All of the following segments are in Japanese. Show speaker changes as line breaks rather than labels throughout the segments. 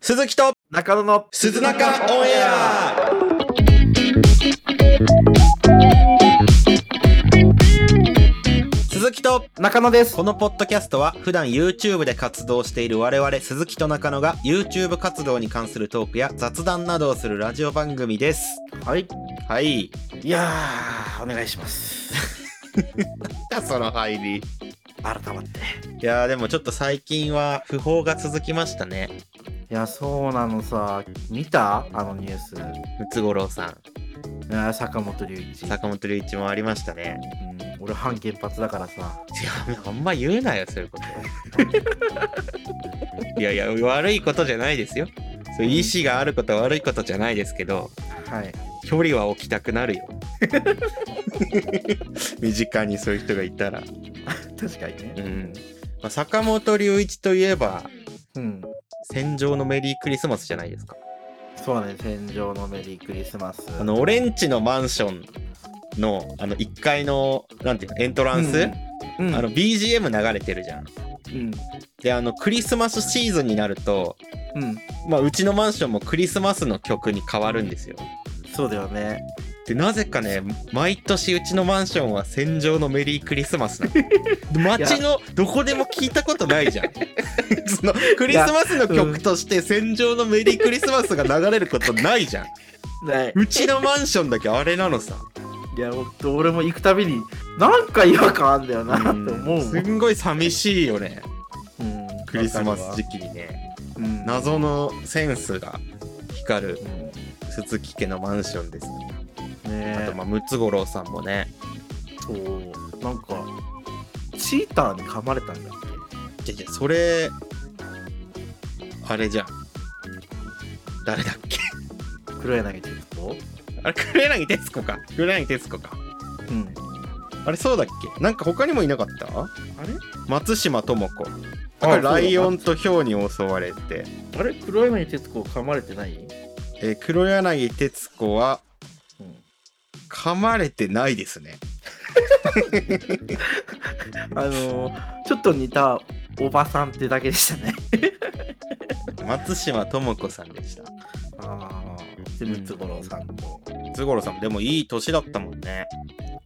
鈴木と
中野の
鈴中オンエア鈴木と
中野です。
このポッドキャストは普段 YouTube で活動している我々鈴木と中野が YouTube 活動に関するトークや雑談などをするラジオ番組です。
はい。
はい。
いやー、お願いします。
その入り。い
改まって。
やーでもちょっと最近は不法が続きましたね。
いや、そうなのさ。見たあのニュース。
ムツゴロウさん、
あー坂本龍一、うん。
坂本龍一もありましたね。
俺、反原発だからさ。
いや、あんま言うなよ、そういう こと。いやいや、悪いことじゃないですよ。そう意思があることは悪いことじゃないですけど、
はい。
距離は置きたくなるよ。 身近にそういう人がいたら。
確かに
う
ね。
ん。まあ坂本龍一といえば、
うん。
戦場のメリークリスマスじゃないですか。
そうだね。戦場のメリークリスマス。
あの、俺んちのマンションの、あの、1階の、なんていうの、エントランス、
うん、うん。
あの、BGM 流れてるじゃん。
うん。
で、あの、クリスマスシーズンになると、
うん。
まあ、うちのマンションもクリスマスの曲に変わるんですよ。
そうだよね。
でなぜかね毎年うちのマンションは戦場のメリークリスマス なの街のどこでも聞いたことないじゃんそのクリスマスの曲として戦場のメリークリスマスが流れることないじゃん
ね
うちのマンションだけあれなのさ
いや、ほんと俺も行くたびに、なんか違和感あんだよなって思うもん。
すんごい寂しいよね
うん
クリスマス時期にね
うん
謎のセンスが光る
うんね
鈴木家のマンションです、ね、あ
え
とまあムツゴロウさんもね
そうなんかチーターに噛まれたんだっ
じゃじゃそれあれじゃん誰だっけ
け黒柳徹子
あれ黒柳徹子か黒柳徹子か
うん
あれそうだっけなんか他にもいなかった
あれ
松島智子
あ
あライオ
ン
ンとヒョウに襲われて、
あれ黒柳徹子噛まれてない、
えー黒柳徹子は噛まれてないですね
あのーちょっと似たおばさんってだけでしたね
松島智子さんでした
ああでムツゴロウさんと、
ムツゴロウさんもでもいい年だったもんね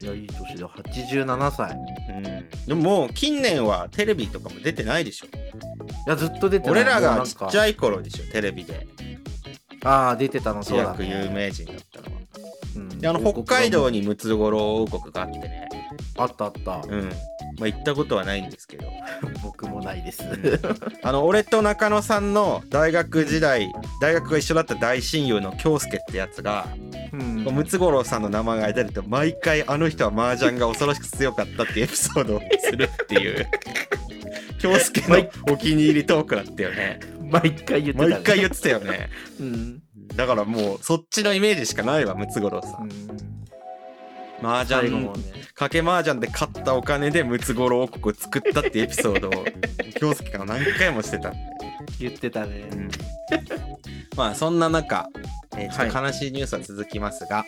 いやいい年で87歳い
うんでももう近年はテレビとかも出てないでしょ
やずっと出てない
俺らが
も
ち
うなん
っ
か
ちゃい頃でしょテレビで
ああ出てたの
一
そうだ、
躍
ね、
有名人だったのは
うん
であの北海道にムツゴロウ王国があってね、
あったあった
うんまあ、行ったことはないんですけど、
僕もないです
あの俺と中野さんの大学時代、大学が一緒だった大親友の京介ってやつが、
うん
ムツゴロウさんの名前が出ると、毎回あの人は麻雀が恐ろしく強かったっていうエピソードをするって いう、京介のお気に入りトークだったよね。
毎回言ってた、ね、
毎回言ってたよね。
うん、
だからもう、そっちのイメージしかないわ、ムツゴロウさ。
うんん
麻
最後
雀
もね
かけ麻雀で買ったお金でムツゴロウ王国を作ったってエピソード を京介が何回もしてた、
言ってたね、
まあそんな中、えーちょっと
は
悲しいニュースは続きますが、
は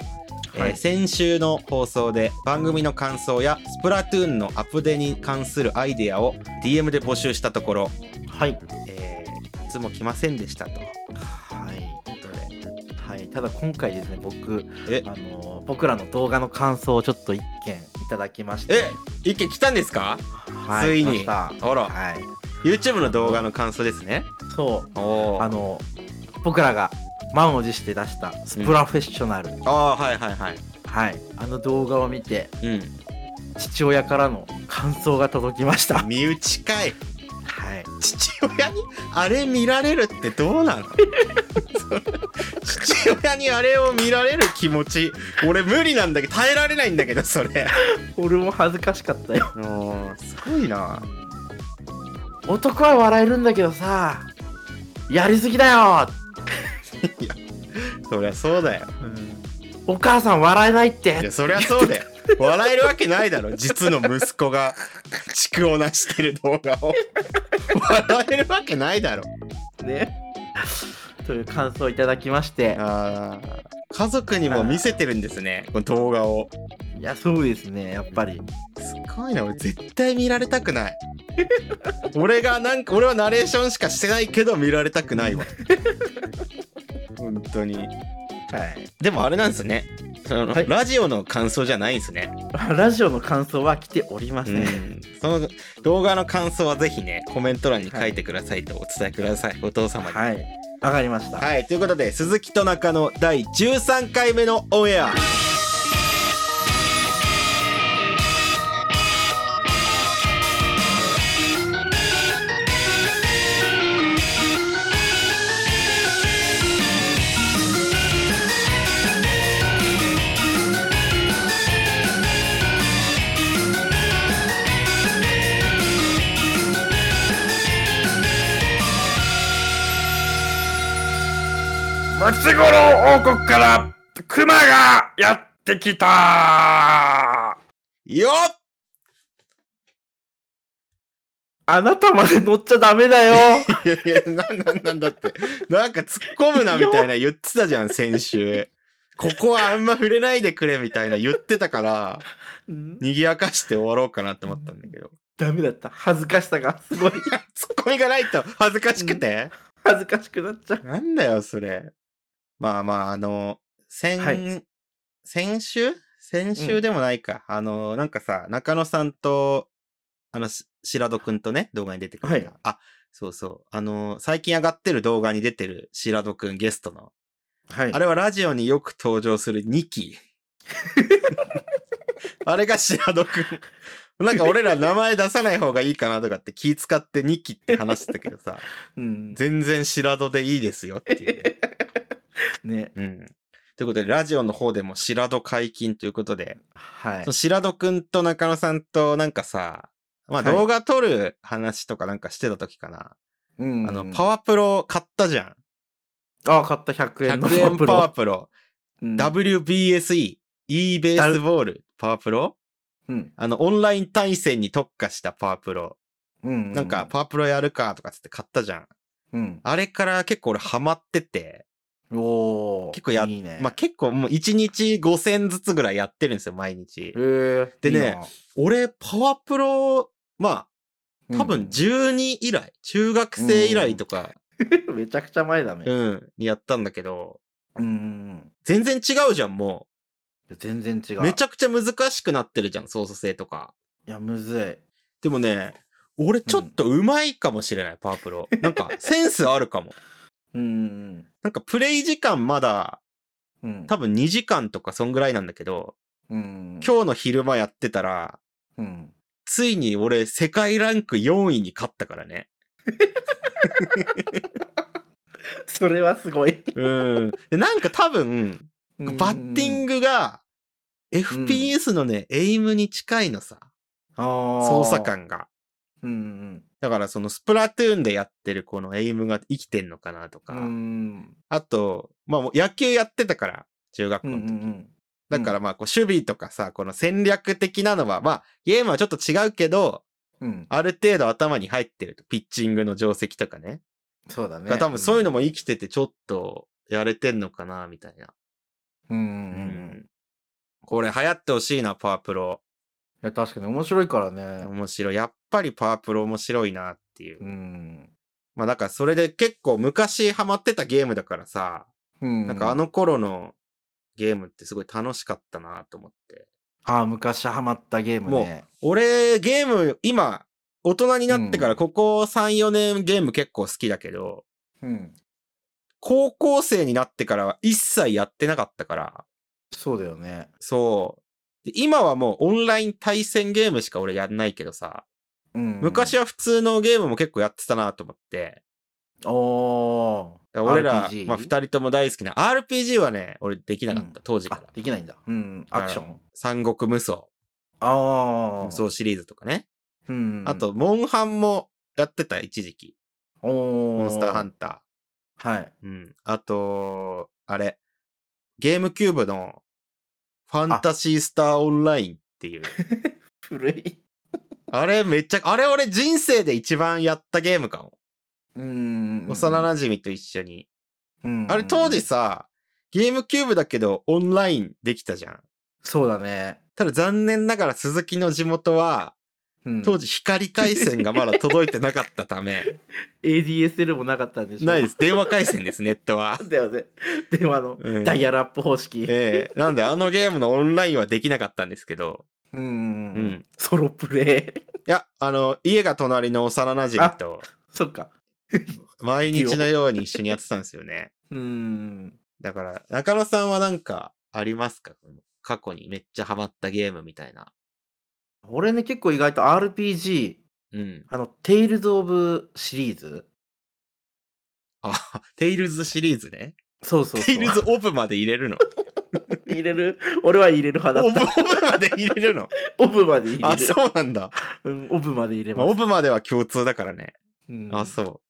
えー
い
先週の放送で番組の感想やスプラトゥーンのアップデに関するアイデアを DM で募集したところ、
はい
えーいつも来ませんでしたと。
はいはいただ今回ですね僕
え
あのー僕らの動画の感想をちょっと一件いただきまして
え意見来たんですか
は
つい
来ま
に
した
あら
はい
YouTube の動画の感想ですね
そう
おー
あのー僕らが満を持して出した「スプラフェッショナル」
あーはいはいはい
はいあの動画を見て
うん
父親からの感想が届きました
身内かい
はい
父親にあれ見られるってどうなの 父親にあれを見られる気持ち俺無理なんだけど耐えられないんだけどそれ
俺も恥ずかしかったよ
すごいな
男は笑えるんだけどさやりすぎだよ
そりゃそうだよ
お母さん笑えないっ
い
て
やそりゃそうだよ笑えるわけないだろ実の息子が蓄をなしてる動画を笑えるわけないだろ
ね という感想をいただきまして
あー家族にも見せてるんですねこの動画を
いやそうですねやっぱり
すごいな俺絶対見られたくない 俺がなんか俺はナレーションしかしてないけど見られたくないわ本当に。はい。でもあれなんですね。その
はい
ラジオの感想じゃないんですね。
ラジオの感想は来ておりません、
その動画の感想はぜひね、コメント欄に書いてくださいとお伝えください、お父様に。はい、
はいわかりました、
ということで、鈴木と中の第13回目のオンエア。
松五郎王国からクマがやってきた
よっ
あなたまで乗っちゃダメ だよ
いやいや、なんなんなんだって。なんか突っ込むなみたいな言ってたじゃん、先週。ここはあんま触れないでくれみたいな言ってたから、
うん
賑やかして終わろうかなって思ったんだけど。
ダメだった恥ずかしさがすごい
ツッコミがないと恥ずかしくて。
恥ずかしくなっちゃう
なんだよ、それ。まあまあ、あの、先、
はい
先週先週でもないか。あの、なんかさ、中野さんと、あの、し白戸くんとね、動画に出てくれた。
は
あ、そうそう。あの、最近上がってる動画に出てる白戸くんゲストの。
はい
あれはラジオによく登場する2期。 あれが白戸くん。なんか俺ら名前出さない方がいいかなとかって気使って2期って話してたけど さ、
うん
全然白戸でいいですよっていう。
ね
うん。ということで、ラジオの方でも白戸解禁ということで、
はい
その白戸くんと中野さんとなんかさ、まあ
はい
動画撮る話とかなんかしてた時かな。
うん
あの、パワープロ買ったじゃ
あ買った100
ん。
円の
100円パワープロ。
うん、
WBSE、e ベースボールパワープロ
うん
あの、オンライン対戦に特化したパワープロ。
うん
なんか、パワープロやるかとかつって買ったじゃん。
うん
あれから結構俺ハマってて、
おお
結構や
いいね
まあ結構もう1日5000ずつぐらいやってるんですよ、毎日
へ。え
でね俺、パワープロ、まあ、多分、12以来、中学生以来とか、
うんめちゃくちゃ前だ
う
ね。
ん、にやったんだけど、
うんうん
全然違うじゃん、も
うん。全然違う。
う。めち
ゃ。
ゃくちゃ難しくなってるじゃん、操作性とか。
いや、むず
でもね、俺ちょっと上手いかもしれない、パワープロ。なんか、センスあるかも。
い。うん
なんか、プレイ時間まだ、
うんうん。
多分2時間とか、そんぐらいなんだけど、
うん。
今日の昼間やってたら、
日。うん。
ついに俺、世界ランク4位に勝ったからね。
それはすごい。
うん。でなんか多分、バッティン
グ
グが、FPS のね、エイムに近いのさ、操
操
作。感が。
うん
だからそのスプラトゥーンでやってるこのエイムが生きてんのかなと
う
か、
ん。うん。
あと、まあもう野球やってたから、中学校
うんう
の時。
ん
だからまあこう守備とかさ、この戦略的なのは、まあゲームはちょっと違うけど、
うん。うん。
ある程度頭に入ってると、ピッチングの定石とかね。
そうだ
だ
ね
から。多分そういうのも生きててちょっとやれてんのかな、みたいな。
うんう
うん
うん。い
これ流行ってほしいな、パワープロ。
や、確かに面白いからね。
面白い。やっぱりパワープロ面白いなっていう
う。ん。
まあだからそれで結構昔ハマってたゲームだからさ、
うん。
なんかあ。の頃のゲームってすごい楽しかったなと思って。
ああ、昔ハマったゲームね。
俺、ゲーム今、大人になってからここ3、4年ゲーム結構好きだけど、
うん。
高校生になってからは一切やってなかったから、
そうだよね。
そう。で今はもうオンライン対戦ゲームしか俺やんないけどさ、
うん。
昔
は。
は普通のゲームも結構やってたなと思って、
お
だから俺ら、
RPG
まあ、二人とも大好きな RPG はね、俺できなかった、
うん
当時
ー。
か
あ
ら、。
できないんだ。うん。アクション。
三国無双、
ああ。
無双シリーズとかね。
うん。
あ、と、モンハンもやってた、一時期。
お
モンスターハン
タ
タ
ー。はい。
ー。うん。あと、あれ、ゲームキューブの、ファンタシースターオンラインっていう。
古い。
あれめっちゃ、あれ俺人生で一番やったゲームかも。
うん。
幼馴染と一緒に。
うん
あれ当時さ、ゲームキューブだけどオンラインできたじゃん。
そうだね。
ただ残念ながら鈴木の地元は
うん、
当時光回線がまだ届いてなかったた め
ADSL もなかったんでしょ
ないです電話回線ですネットは
すだよね電話の
うん
ダイヤラップ方式、
ええなんであのゲームのオンラインはできなかったんですけど、
うん
う
うんうん
ん、
ソロプレイ
いやあの家が隣の幼馴染と
そっか
毎日のように一緒にやってたんですよね
うん
だから中野さんはなんかありますかこの過去にめっちゃハマったゲームみたいな
俺ね結構意外と RPG
うん
あの「テイルズ・オブ」シリーズ
あテイルズシリーズね
そうそうそう
テイルズオープンまで入れる の
入れる俺は入れる
オ
派
ープン
だっ
オープンまで入れるの
たオブまで 入れる
あそうなんだ、
うん、オブまで入れ
まあ、
ます、
オープンまでは共通だからね
うん
あそう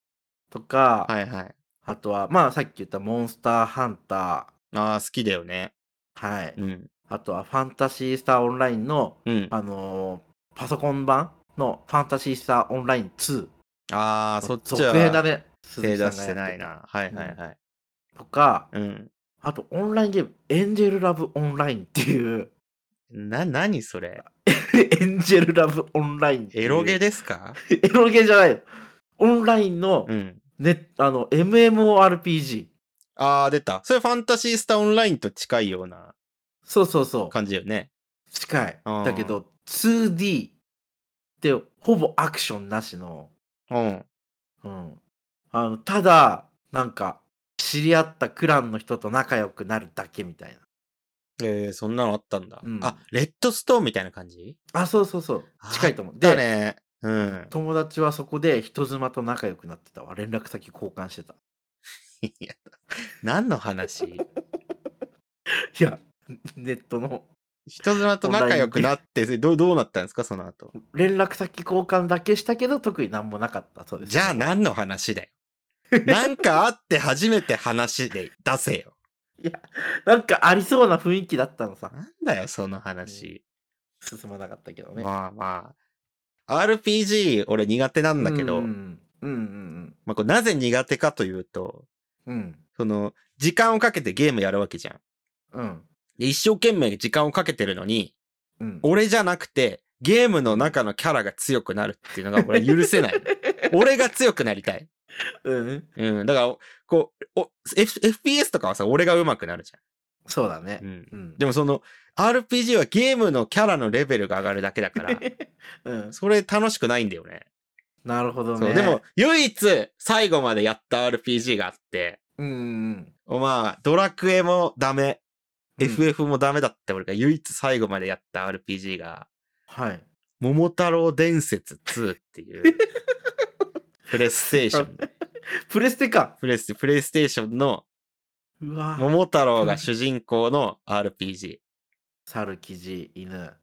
とか、
はいはい
あとはまあさっき言った「モンスターハンタ
あー好きだよね
ー」はい、
うん
あとは「ファンタシースターオンラインの」
うん
あのーパソコン版の「ファンタシースターオンライン2」
あーそっち
続編だ
は
ね
手出
鈴木
し
さ
て
んが
ない
やって
なはいはいはい
たとか
うん
あとオンラインゲーム「エンジェルラブオンライン」っていう
な、何それ
エンジェルラブオンラインっていう
エロゲですか
エロゲじゃないよオンラインの,、
うん。
ね、あの MMORPG
あー、出た。それファンタシースターオンラインと近いような
そうそうそう
感じよね。
近い
あー
だけど 2D ってほぼアクションなしの,、
うん。
うん、あのただなんか知り合ったクランの人と仲良くなるだけみたいな
えー、そんなのあったんだ。
うん
あ、レッドストーンみたいな感じ
あそうそうそう近いと思う
だ
で、
ね。 うん。
友達はそこで人妻と仲良くなってたわ連絡先交換してた
いや何の話
いやネットの
人妻と仲良くなって、どうどうなったんですかその後。
連絡先交換だけしたけど特になんもなかったそうです
じゃあ何の話 だよ。なんかあって初めて話で出せよ。
なんかありそうな雰囲気だったのさ。
なんだよ、その話。
進まなかったけどね。
まあまあ。RPG、俺苦手なんだけど、
うんうんうん
まあ、これなぜ苦手かというと、
うん。うん。
その、時間をかけてゲームやるわけじゃん。
うん。
で、一生懸命時間をかけてるのに、
うん。
俺じゃなくて、ゲームの中のキャラが強くなるっていうのが俺は許せ ない。俺が強くなりたい。
うん。
うん。だから、こう、お F、FPS とかはさ、俺が上手くなるじ
そうだ
ゃ
ね
ん。う。ん。
うん。
でもその、RPG はゲームのキャラのレベルが上がるだけだ から、
うん。
それ楽しくないんだよね。
なるほど
そ
ね。
う。でも、、唯一最後までやった RPG があって、
うんうん。
まあ、ドラクエもダメ、
うん
FF もダメだって俺が唯一最後までやった RPG が、
はい。
桃太郎伝説2って いう、プレイステーション、
プレステか。
プレス、プレイステーションの
うわぁ。
桃太郎が主人公の RPG。
猿、キジ、犬。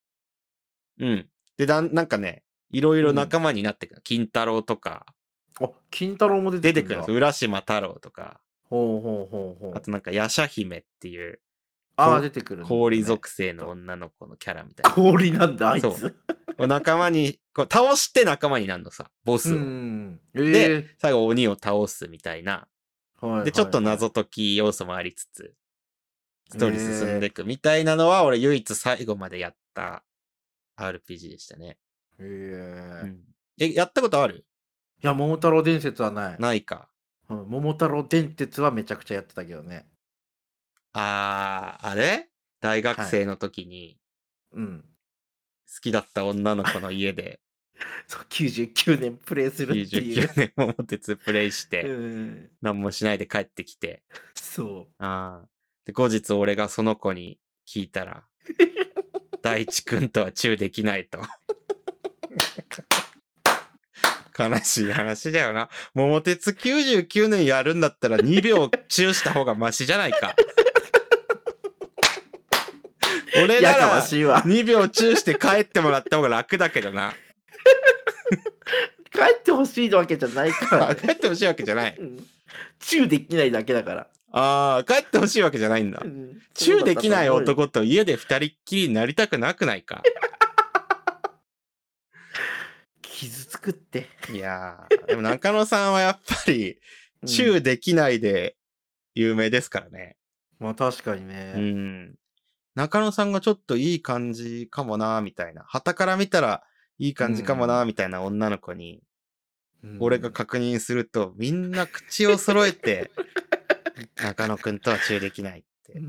うん。で、だんなんかね、いろいろ仲間になってくる。金太郎とか、
あ、金太郎も出
出
て
て
く
くる
る
んで
んだ
すよ。浦島太郎とか、
ほうほうほうほ
あ
う。
となんか、ヤシャ姫っていう
ああ、出てくるね。
氷属性の女の子のキャラみたい
氷なんだ、あい
そう
つ。
な。仲間に、こう倒して仲間になるのさ、ボス
う
を。
ん。
で
ええ。
最後鬼を倒すみたいな。
はいはいはい
で、ちょっと謎解き要素もありつつ、ストーリー進んでいくみたいなのは、俺唯一最後までやった RPG でしたね。
へえ
う。んえ、やったことある
いや、桃太郎伝説はない。
ないか。
うん桃太郎電鉄はめちゃくちゃやってたけどね。
あー、あれ大学生の時に
うん。
好きだった女の子の家で
そう、99年プレイするって いう。
99年桃鉄プレイして、
うん。
何もしないで帰ってきて、
そ
あーで、後日俺がその子に聞いた ら、大地君とはチューできないと。悲しい話だよな。桃鉄99年やるんだったら2秒チューした方がマシじゃない か。
う。
俺な
やからましいわ。
2秒チューして帰ってもらった方が楽だけどな。
帰ってほしいわけじゃないから、
あ
ね。
帰ってほしいわけじゃない。
うんチューできないだけだから。
ああ、帰ってほしいわけじゃないんだ
う。ん
チューできない。
そうだったと思うよ
男と家で二人っきりになりたくなくないか。
傷つくって。
いやー、でも中野さんはやっぱり、チュ
ー。
ーできないで有名ですからね。
まあ確かに
う
ね。
ん。中野さんがちょっといい感じかもなーみたいな。旗から見たらいい感じかもな、みたいな女の子に、俺が
か
確認すると、みんな口を揃え て、中野くんとは中できないって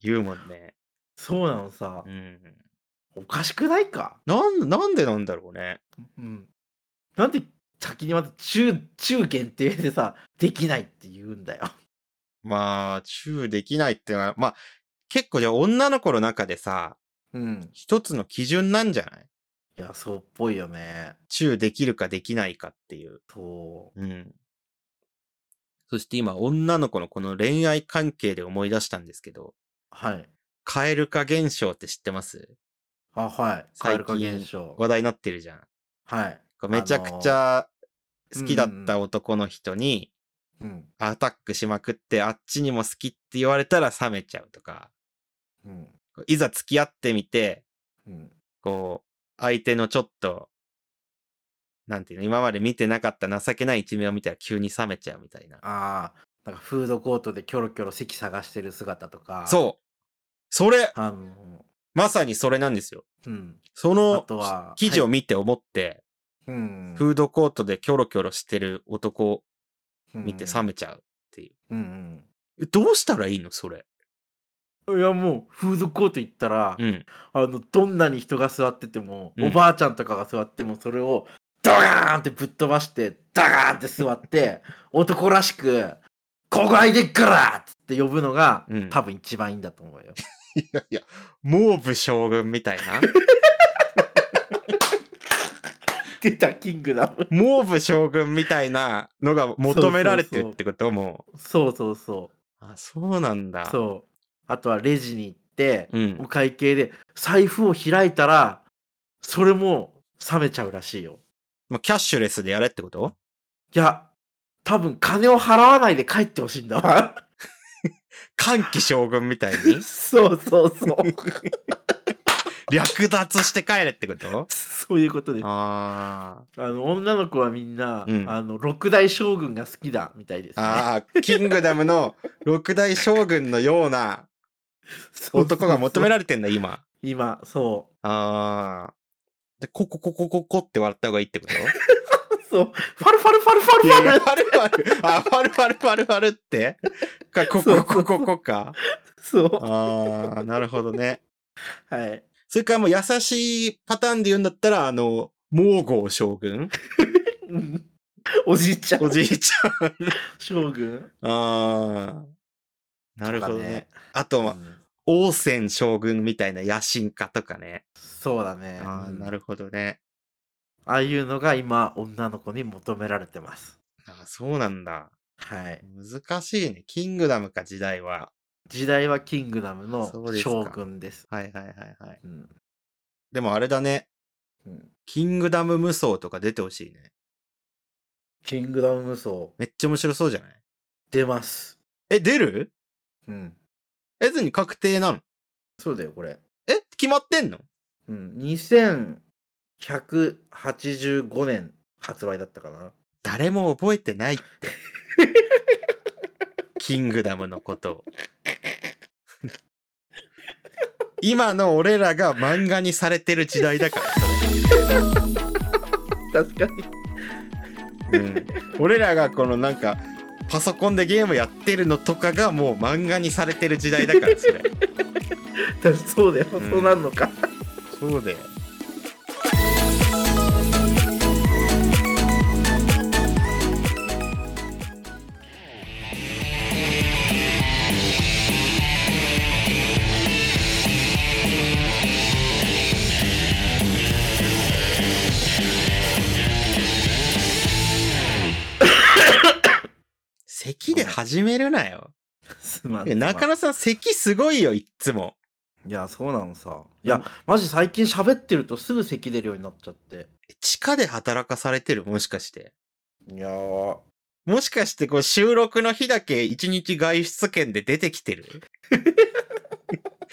言うもんね。
そうなのさ
う、ん。
おかしくないか、
なん、なんでなんだろうね。
うん、なんで先にまた中中限定でさできないって言うんだよ。
まあ、中できないってのは、まあ、結構じゃあ女の子の中でさ、
うん、
一つの基準なんじゃない
いやそうっぽいよね。
中できるかできないかっていう。
そ
うん。そして今、女の子のこの恋愛関係で思い出したんですけど、
うはい
蛙化現象って知ってます
あはいカエル化現象
話題になってるじゃん。
はい。
こうめちゃくちゃ好きだった男の人に
うん
アタックしまくって、あっちにも好きって言われたら冷めちゃうとか、
うん
こういざ付き合ってみて、
うん
こう、相手のちょっと、なんていうの、今まで見てなかった情けない一面を見たら急に冷めちゃうみたいな。
ああなんかフードコートでキョロキョロ席探してる姿とかう
そう。それ、
あの
まさにそれなんですよ。
うん
そ
あ
の
とは
記事を見て思って、
うん
フードコートでキョロキョロしてる男を見て冷めちゃう。
うん
えどうしたらいいのそれ。
うんいやもうフードコート行ったら、
うん。
あのどんなに人が座ってても、
うん
おばあちゃんとかが座ってもそれをドガーンってぶっ飛ばしてダガーンって座って男らしく「ここ空いてっから!」っつって呼ぶのが、
うん
多分一番いいんだと思うよ。
いやいや、毛布将軍みたい な。
出たキングダム。
毛布将軍みたいなのが求められてるってこともう。
そうそうそ
あ、そうなんだ。
う。そう。あとはレジに行って、
う。ん
お。会計で財布を開いたらそれも冷めちゃうらしいよ。
まあキャッシュレスでやれってこと
いや多分金を払わないで帰ってほしいんだわ。
歓喜将軍みたい に
そうそうそう。
略奪して帰れってこと
そういうことです。
あ
あの女の子はみんな、
うん
あの六大将軍が好きだみたいです、
あ。
ね。
ああ、キングダムの六大将軍のような
そうそうそう
男が求められてんだ、今。
今そ
ああ。で、ここ、ここ、ここって笑った方がいいってこと
うそうファルファルファルファル
い
ファ
や
ル
いや、ファルファル。あ、ファルファルファルファルってか、こ
そう
こ、ここ、ここか。
そ
ああ、なるほどね。
う はい
それからもう優しいパターンで言うんだったら、あの、毛豪将軍
うんおじいちゃん
おじいちゃん。
将軍
ああ。なるほどね。あと、まあ
うん
王翦将軍みたいな野心家とかね。
そうだね
ああ、
うん
なるほどね。
ああいうのが今女の子に求められてます
ああそうなんだ。
はい
難しいね。キングダムか時代は。
時代はキングダム
そう
の
ですか
将軍です
はいはいはいはい。
うん
でもあれだね。
うん
キングダム無双とか出てほしいね。
キングダム無双
めっちゃ面白そうじゃない
出ます
え、出る
うん
えずに確定なの
そうだよこれ
え決まってんの
うん、2185年発売だったかな。
誰も覚えてない って。キングダムのことを。今の俺らが漫画にされてる時代だから。
確か
う
に。
ん、俺らがこのなんかパソコンでゲームやってるのとかがもう漫画にされてる時代だからそれ
そうだよ、
ん
そうなんのか。
そうだよ咳で始めるなよ
すまん
いや中
すまん
野さん咳すごいよいっつも
いや、そうなのさ。いや、マジ最近喋ってるとすぐ咳出るようになっちゃって。
地下で働かされてるもしかして
いやー、
もしかしてこう収録の日だけ一日外出券で出てきて る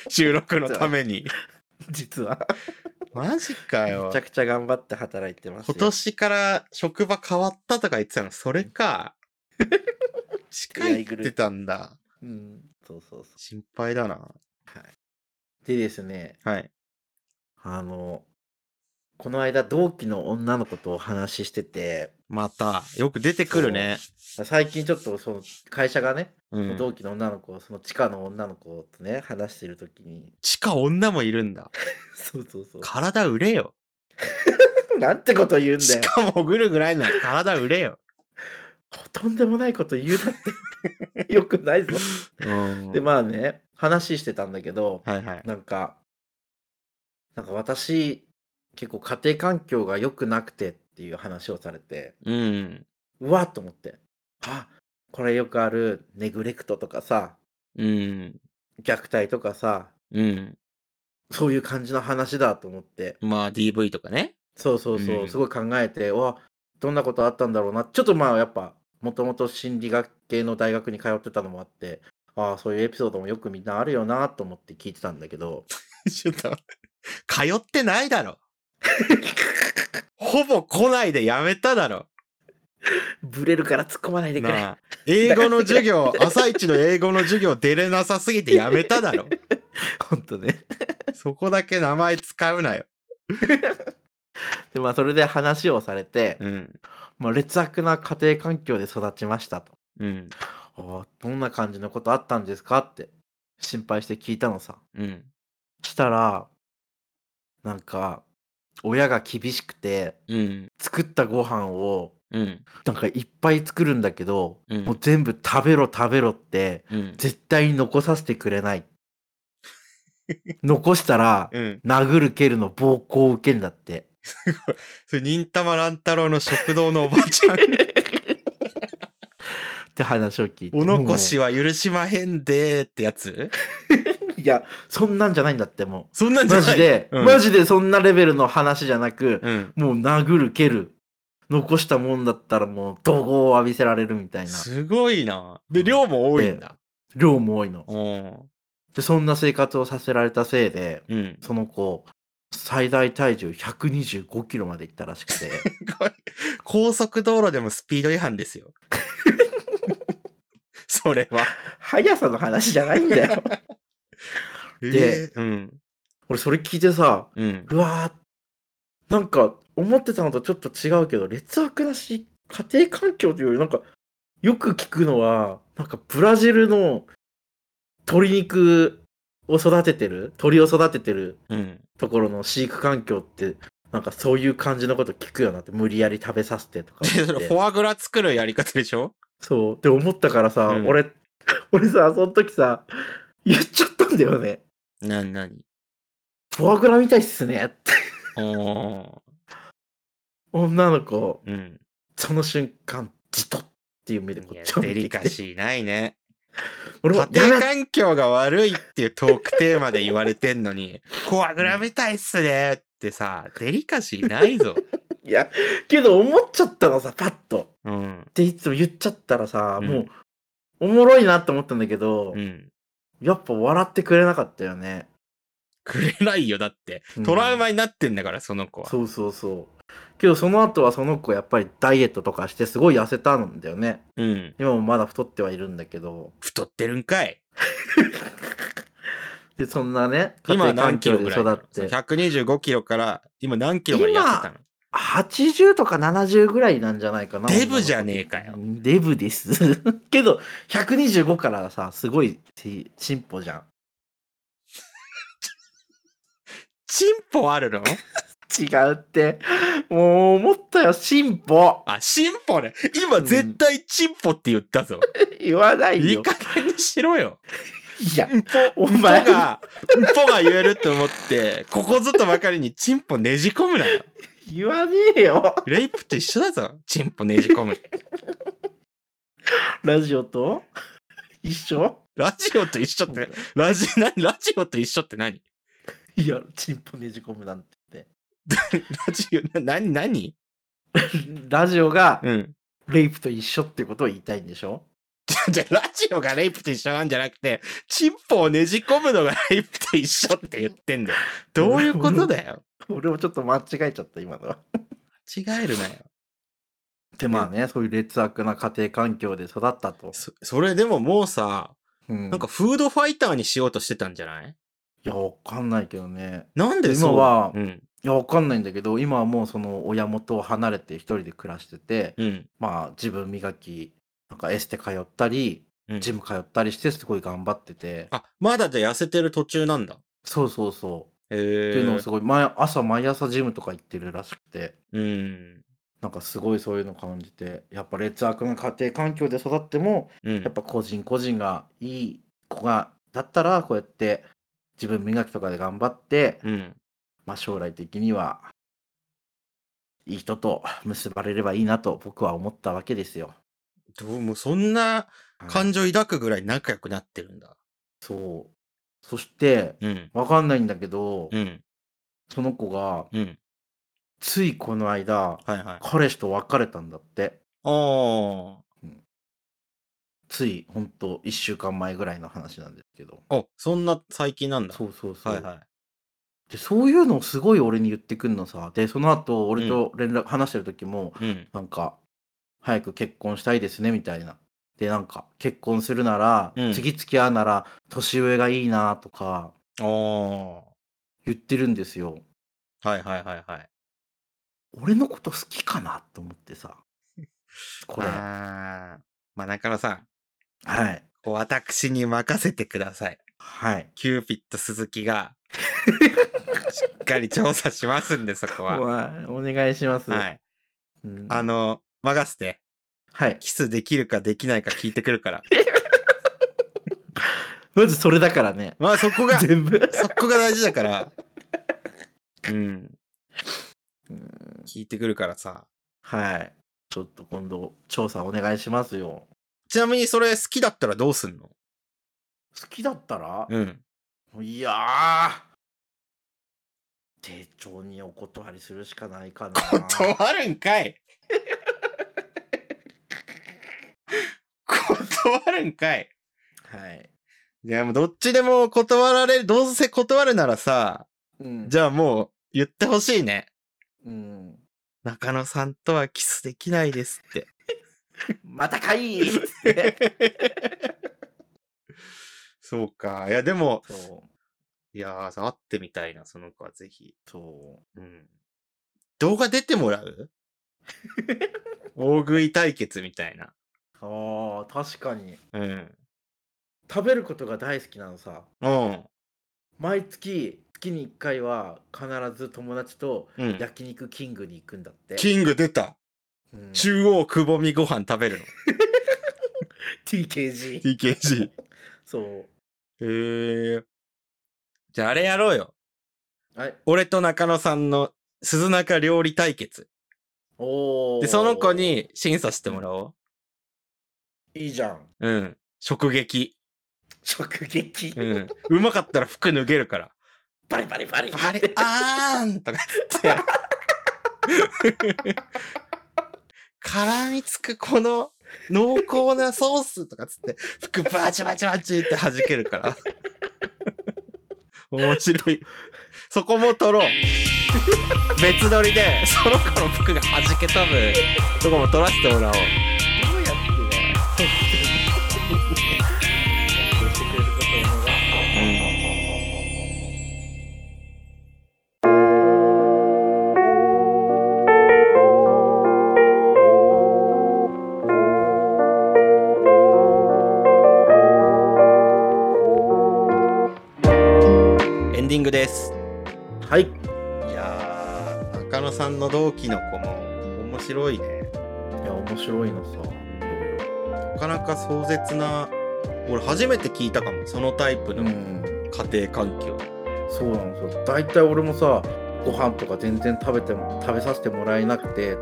収録のために
実は。
マジか
め
よ
ちゃくちゃ頑張って働いてますよ。
今年から職場変わったとか言ってたのそれか地下行ってたんだ
うん、そうそうそ
心配だな
う。でですね、
はい
あの、この間同期の女の子とお話ししてて、
また、よく出てくるね。
最近ちょっとその会社がね、
うん。
同期の女の子、その地下の女の子とね、話してるときに、
地下女もいるんだ。
そうそうそ
体売れよ。
う。なんてこと言うんだ
地
よ。
下潜るぐらいなら体売れよ。
とんでもないこと言うなって。 よくないぞ。
うん。
で、まあね、話してたんだけど、
はいはい。
なんか、なんか私、結構家庭環境が良くなくてっていう話をされて、
うん。
うわっと思って、あこれよくあるネグレクトとかさ、
うん。
虐待とかさ、
うん。
そういう感じの話だと思って、
まあ DV とかね。
そうそうそう、
うん
すごい考えて、うわ、どんなことあったんだろうな。ちょっとまあやっぱ、もともと心理学系の大学に通ってたのもあって、ああ、そういうエピソードもよくみんなあるよなと思って聞いてたんだけ ど、
ちょっと、通ってないだろ。ほぼ来ないでやめただろ。
ブレるから突っ込 まないでくれ。
なあ英語の授業、朝一の英語の授業出れなさすぎてやめただ ろ。
ほんとね。
そこだけ名前使うなよ。
で、まあそれで話をされて、
うん。
まあ劣悪な家庭環境で育ちましたと。
うん。
ああ、どんな感じのことあったんですかって心配して聞いたのさ。
うん。
したら、なんか、親が厳しくて、
うん。
作ったご飯を
うん。
なんかいっぱい作るんだけど、
うん
もう全部食べろ食べろって
うん。
絶対に残させてくれ ない残したら
うん。
殴る蹴るの暴行を受けんだって
それ、忍たま乱太郎の食堂のおばち ゃん。
って話を聞いて
お残しは許しまへんでーってやつ
もういやそんなんじゃないんだっても
そんな
うん
じゃ
マ
ない
ジで、
うん
マジでそんなレベルの話じゃなく、
うん。
もう殴る蹴る残したもんだったらもう怒号を浴びせられるみたいな
すごいな。で、量も多いんだ。
量も多いの
うん。
でそんな生活をさせられたせいで
うん。
その子、最大体重125キロまでいったらしくて、
高速道路でもスピード違反です よ。それは。
速さの話じゃないんだよ。で
えー、うん。
俺、それ聞いてさ、
うん。
うわー、なんか、思ってたのとちょっと違うけど、劣悪なし、家庭環境というより、なんか、よく聞くのは、なんか、ブラジルの鶏肉を育ててる、鳥を育ててる
うん。
ところの飼育環境って、なんかそういう感じのこと聞くよなって、無理やり食べさせてとか
で、
思って。
それ、フォアグラ作るやり方でしょ
そう。って思ったからさ、
うん
俺、 俺さ、その時さ、言っちゃったんだよね。
な、なに
フォアグラみたいっすねって。
お
女の子、
ー。うん。
その瞬間、じとっていう目でこ
いや
っちを
デ
見て
リ
き
カ
て。
シーないね。
俺も、
家
や
庭
べ
環境が悪いっていうトークテーマで言われてんの に、フォアグラみたいっすねってさ、デリカシーないぞ。
いや、けど思っちゃったのさ、パッと。
うん。
っていつも言っちゃったらさ、
うん
もう、おもろいなって思ったんだけど、
うん。
やっぱ笑ってくれなかったよね。
くれないよ、だって
う。ん
トラウマになってんだから、その子は。
そうそうそう。けどその後はその子やっぱりダイエットとかしてすごい痩せたんだよね。
うん。
今もまだ太ってはいるんだけど。
太ってるんかい。
で、そんなね、
今何キロ
で
ぐらい
育
なの
って、
125キロから今何キロまでやってたの
80とか70ぐらいなんじゃないかな。
デブじゃねえかよ
うんデブです。 けど、125からさ、すごいし進歩じゃん。
チンポあるの
違うって、もう思ったよ、進歩
あ進歩ね今絶対チンポって言ったぞ、
言わない
いい
よ。
加減にしろよ
いや、
んぽ
お
んぽ
前、
がんぽが言えると思ってここぞとばかりにチンポねじ込むなよ
言わねえよ。
レイプと一緒だぞチンポねじ込む
ラジオと一緒
ラジオと一緒ってラジなラジオと一緒って何
いや、進歩ねじ込むなんて言って。
ラジオな何何
ラジオが
うん
レイプと一緒ってことを言いたいんでしょ
じゃあラジオがレイプと一緒なんじゃなくてチンポをねじ込むのがレイプと一緒って言ってんだよどういうことだよ
俺もちょっと間違えちゃった、今のは。
間違えるなよ
でまあね、そういう劣悪な家庭環境で育ったと。
そそれでももうさ、
うん、
なんかフードファイターにしようとしてたんじゃない
いや、わかんないけどね。
なんでそう
今は
うん。
いや、わかんないんだけど、今はもうその親元を離れて一人で暮らしてて、
うん。
まあ自分磨き、なんかエステ通ったり、
うん
ジム通ったりしてすごい頑張ってて、
あ、まだじゃあ痩せてる途中なんだ。
そうそうそう。
へ
っていうの
え
をすごい、毎朝毎朝ジムとか行ってるらしくて、
うん。
なんかすごいそういうの感じて、やっぱ劣悪な家庭環境で育っても、
うん
やっぱ個人個人がいい子が、だったらこうやって自分磨きとかで頑張って、
うん。
まあ将来的には、いい人と結ばれればいいなと僕は思ったわけですよ。
どうもそんな
はい
感情抱くぐらい仲良くなってるんだ。
そう。そして、
うん。
わかんないんだけど、
うん。
その子が、
うん。
ついこの間、
はいはい。あ
彼氏と別れたんだって。
あ。
つい、ほんと、1週間前ぐらいの話なんですけど。
あ、そんな最近なんだ。
そうそうそう。
はいはい。
で、そういうのをすごい俺に言ってくんのさ。で、その後、俺と連絡、話してる時も、
うん。
なんか、早く結婚したいですね、みたいな。で、なんか、結婚するなら、
うん
次付き合うなら、年上がいいな、とか、
ああ。
言ってるんですよ。
はいはいはいはい。
俺のこと好きかなと思っ てさ。これ。は
ああ。まあ中野さん、
い。
こう私に任せてください。
はい。
キューピッド鈴木が、しっかり調査しますんで、そ こは。
はいお願いします。
はい。
うん
あの、任せて。
はい。
キスできるかできないか聞いてくるから。
まずそれだからね。
まあそ こが、そ
全部。
こが大事だから。 うん。
うん
聞いてくるからさ。
はい。ちょっと今度、調査お願いしますよ。
ちなみにそれ好きだったらどうすんの
好きだったら、
うん。
いやー。丁重にお断りするしかないかな。
断るんかい断るんかい
はい。
いやもうどっちでも断られる、どうせ断るならさ、
うん
じゃあもう言ってほしいね。
うん。
中野さんとはキスできないですって。
またかいって
そうか。いやでも、
そう。
いやー、会ってみたいな、その子はぜひ。
そう。
うん。動画出てもらう大食い対決みたいな。
ああ、確かに。
うん。
食べることが大好きなのさ。
うん。
毎月、月に1回は必ず友達と
うん、
焼肉キングに行くんだって。
キング出た
うん
中央くぼみご飯食べるの
TKG。
TKG
そう。
へえじゃああれやろうよ
はい。
俺と中野さんの鈴中料理対決
おお。
でその子。に審査してもらお
いいじゃん。
ううん直撃
直撃。
うん うまかったら服脱げるから
バリバリバリ
あれあーんとか言ってやる絡みつくこの濃厚なソースとかつって服バチバチバチって弾けるから 面白いそこも撮ろう 別撮りでその子の服が弾けた分そこも撮らせてもらおう
どうやってね。やってくれることを願う
エンディングです
はい。
いやー中野さんの同期の子も面白いね
いや、面白いのさ。
なかなか壮絶な俺初めて聞いたかもそのタイプ
う
の
ん。
家庭環境
そうなのさ。大体俺もさ、ご飯とか全然食べても、食べさせてもらえなくて、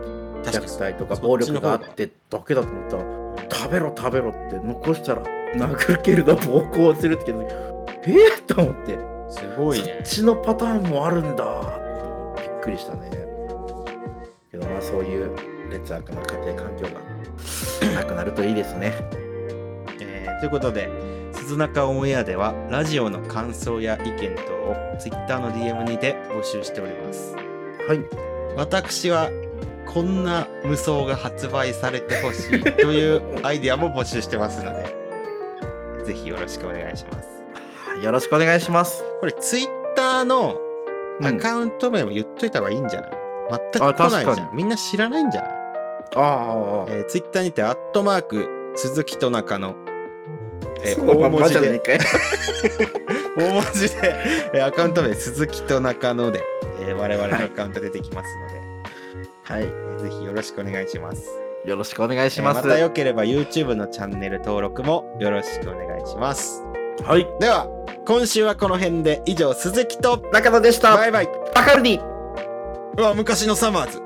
虐待とか暴力があってだけだと思ったら食べろ食べろって残したら殴るけれど暴行するって言うけどえっ、と思って
すごい
そ
ね
っちのパターンもあるんだびっくりしたねけどまあそういう劣悪な家庭環境がなくなるといいですね
えーということで「鈴中オンエア」ではラジオの感想や意見等を Twitter の DM にて募集しております
はい
私はこんな無双が発売されてほしいというアイデアも募集してますのでぜひよろしくお願いします
よろしくお願いします
これ Twitter の
うん
アカウント名も言っといた方がいいんじゃない全
あ
く来
確か
な
に
いじゃん。みんな知らないんじゃない
ああ。
えー、ツイッターにて、アットマーク、鈴木と中の、えー
そのま
大
んま
文
じ
字
ゃねえ
で、
かよ。
大文字で、えーアカウント名、鈴木と中野で、えー我々のアカウント出てきますので、
は
えーぜひよろしくお願いします。
い。よろしくお願いし
えー
ま。
ますたよければ YouTube のチャンネル登録もよろしくお願いします。
はい。
では、今週はこの辺で、以上、鈴木と、
中野でした。
バイバイ。
バカルディ。
うわ、昔のサマ ーズ。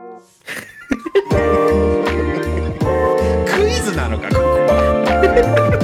クイズなのか、ここは。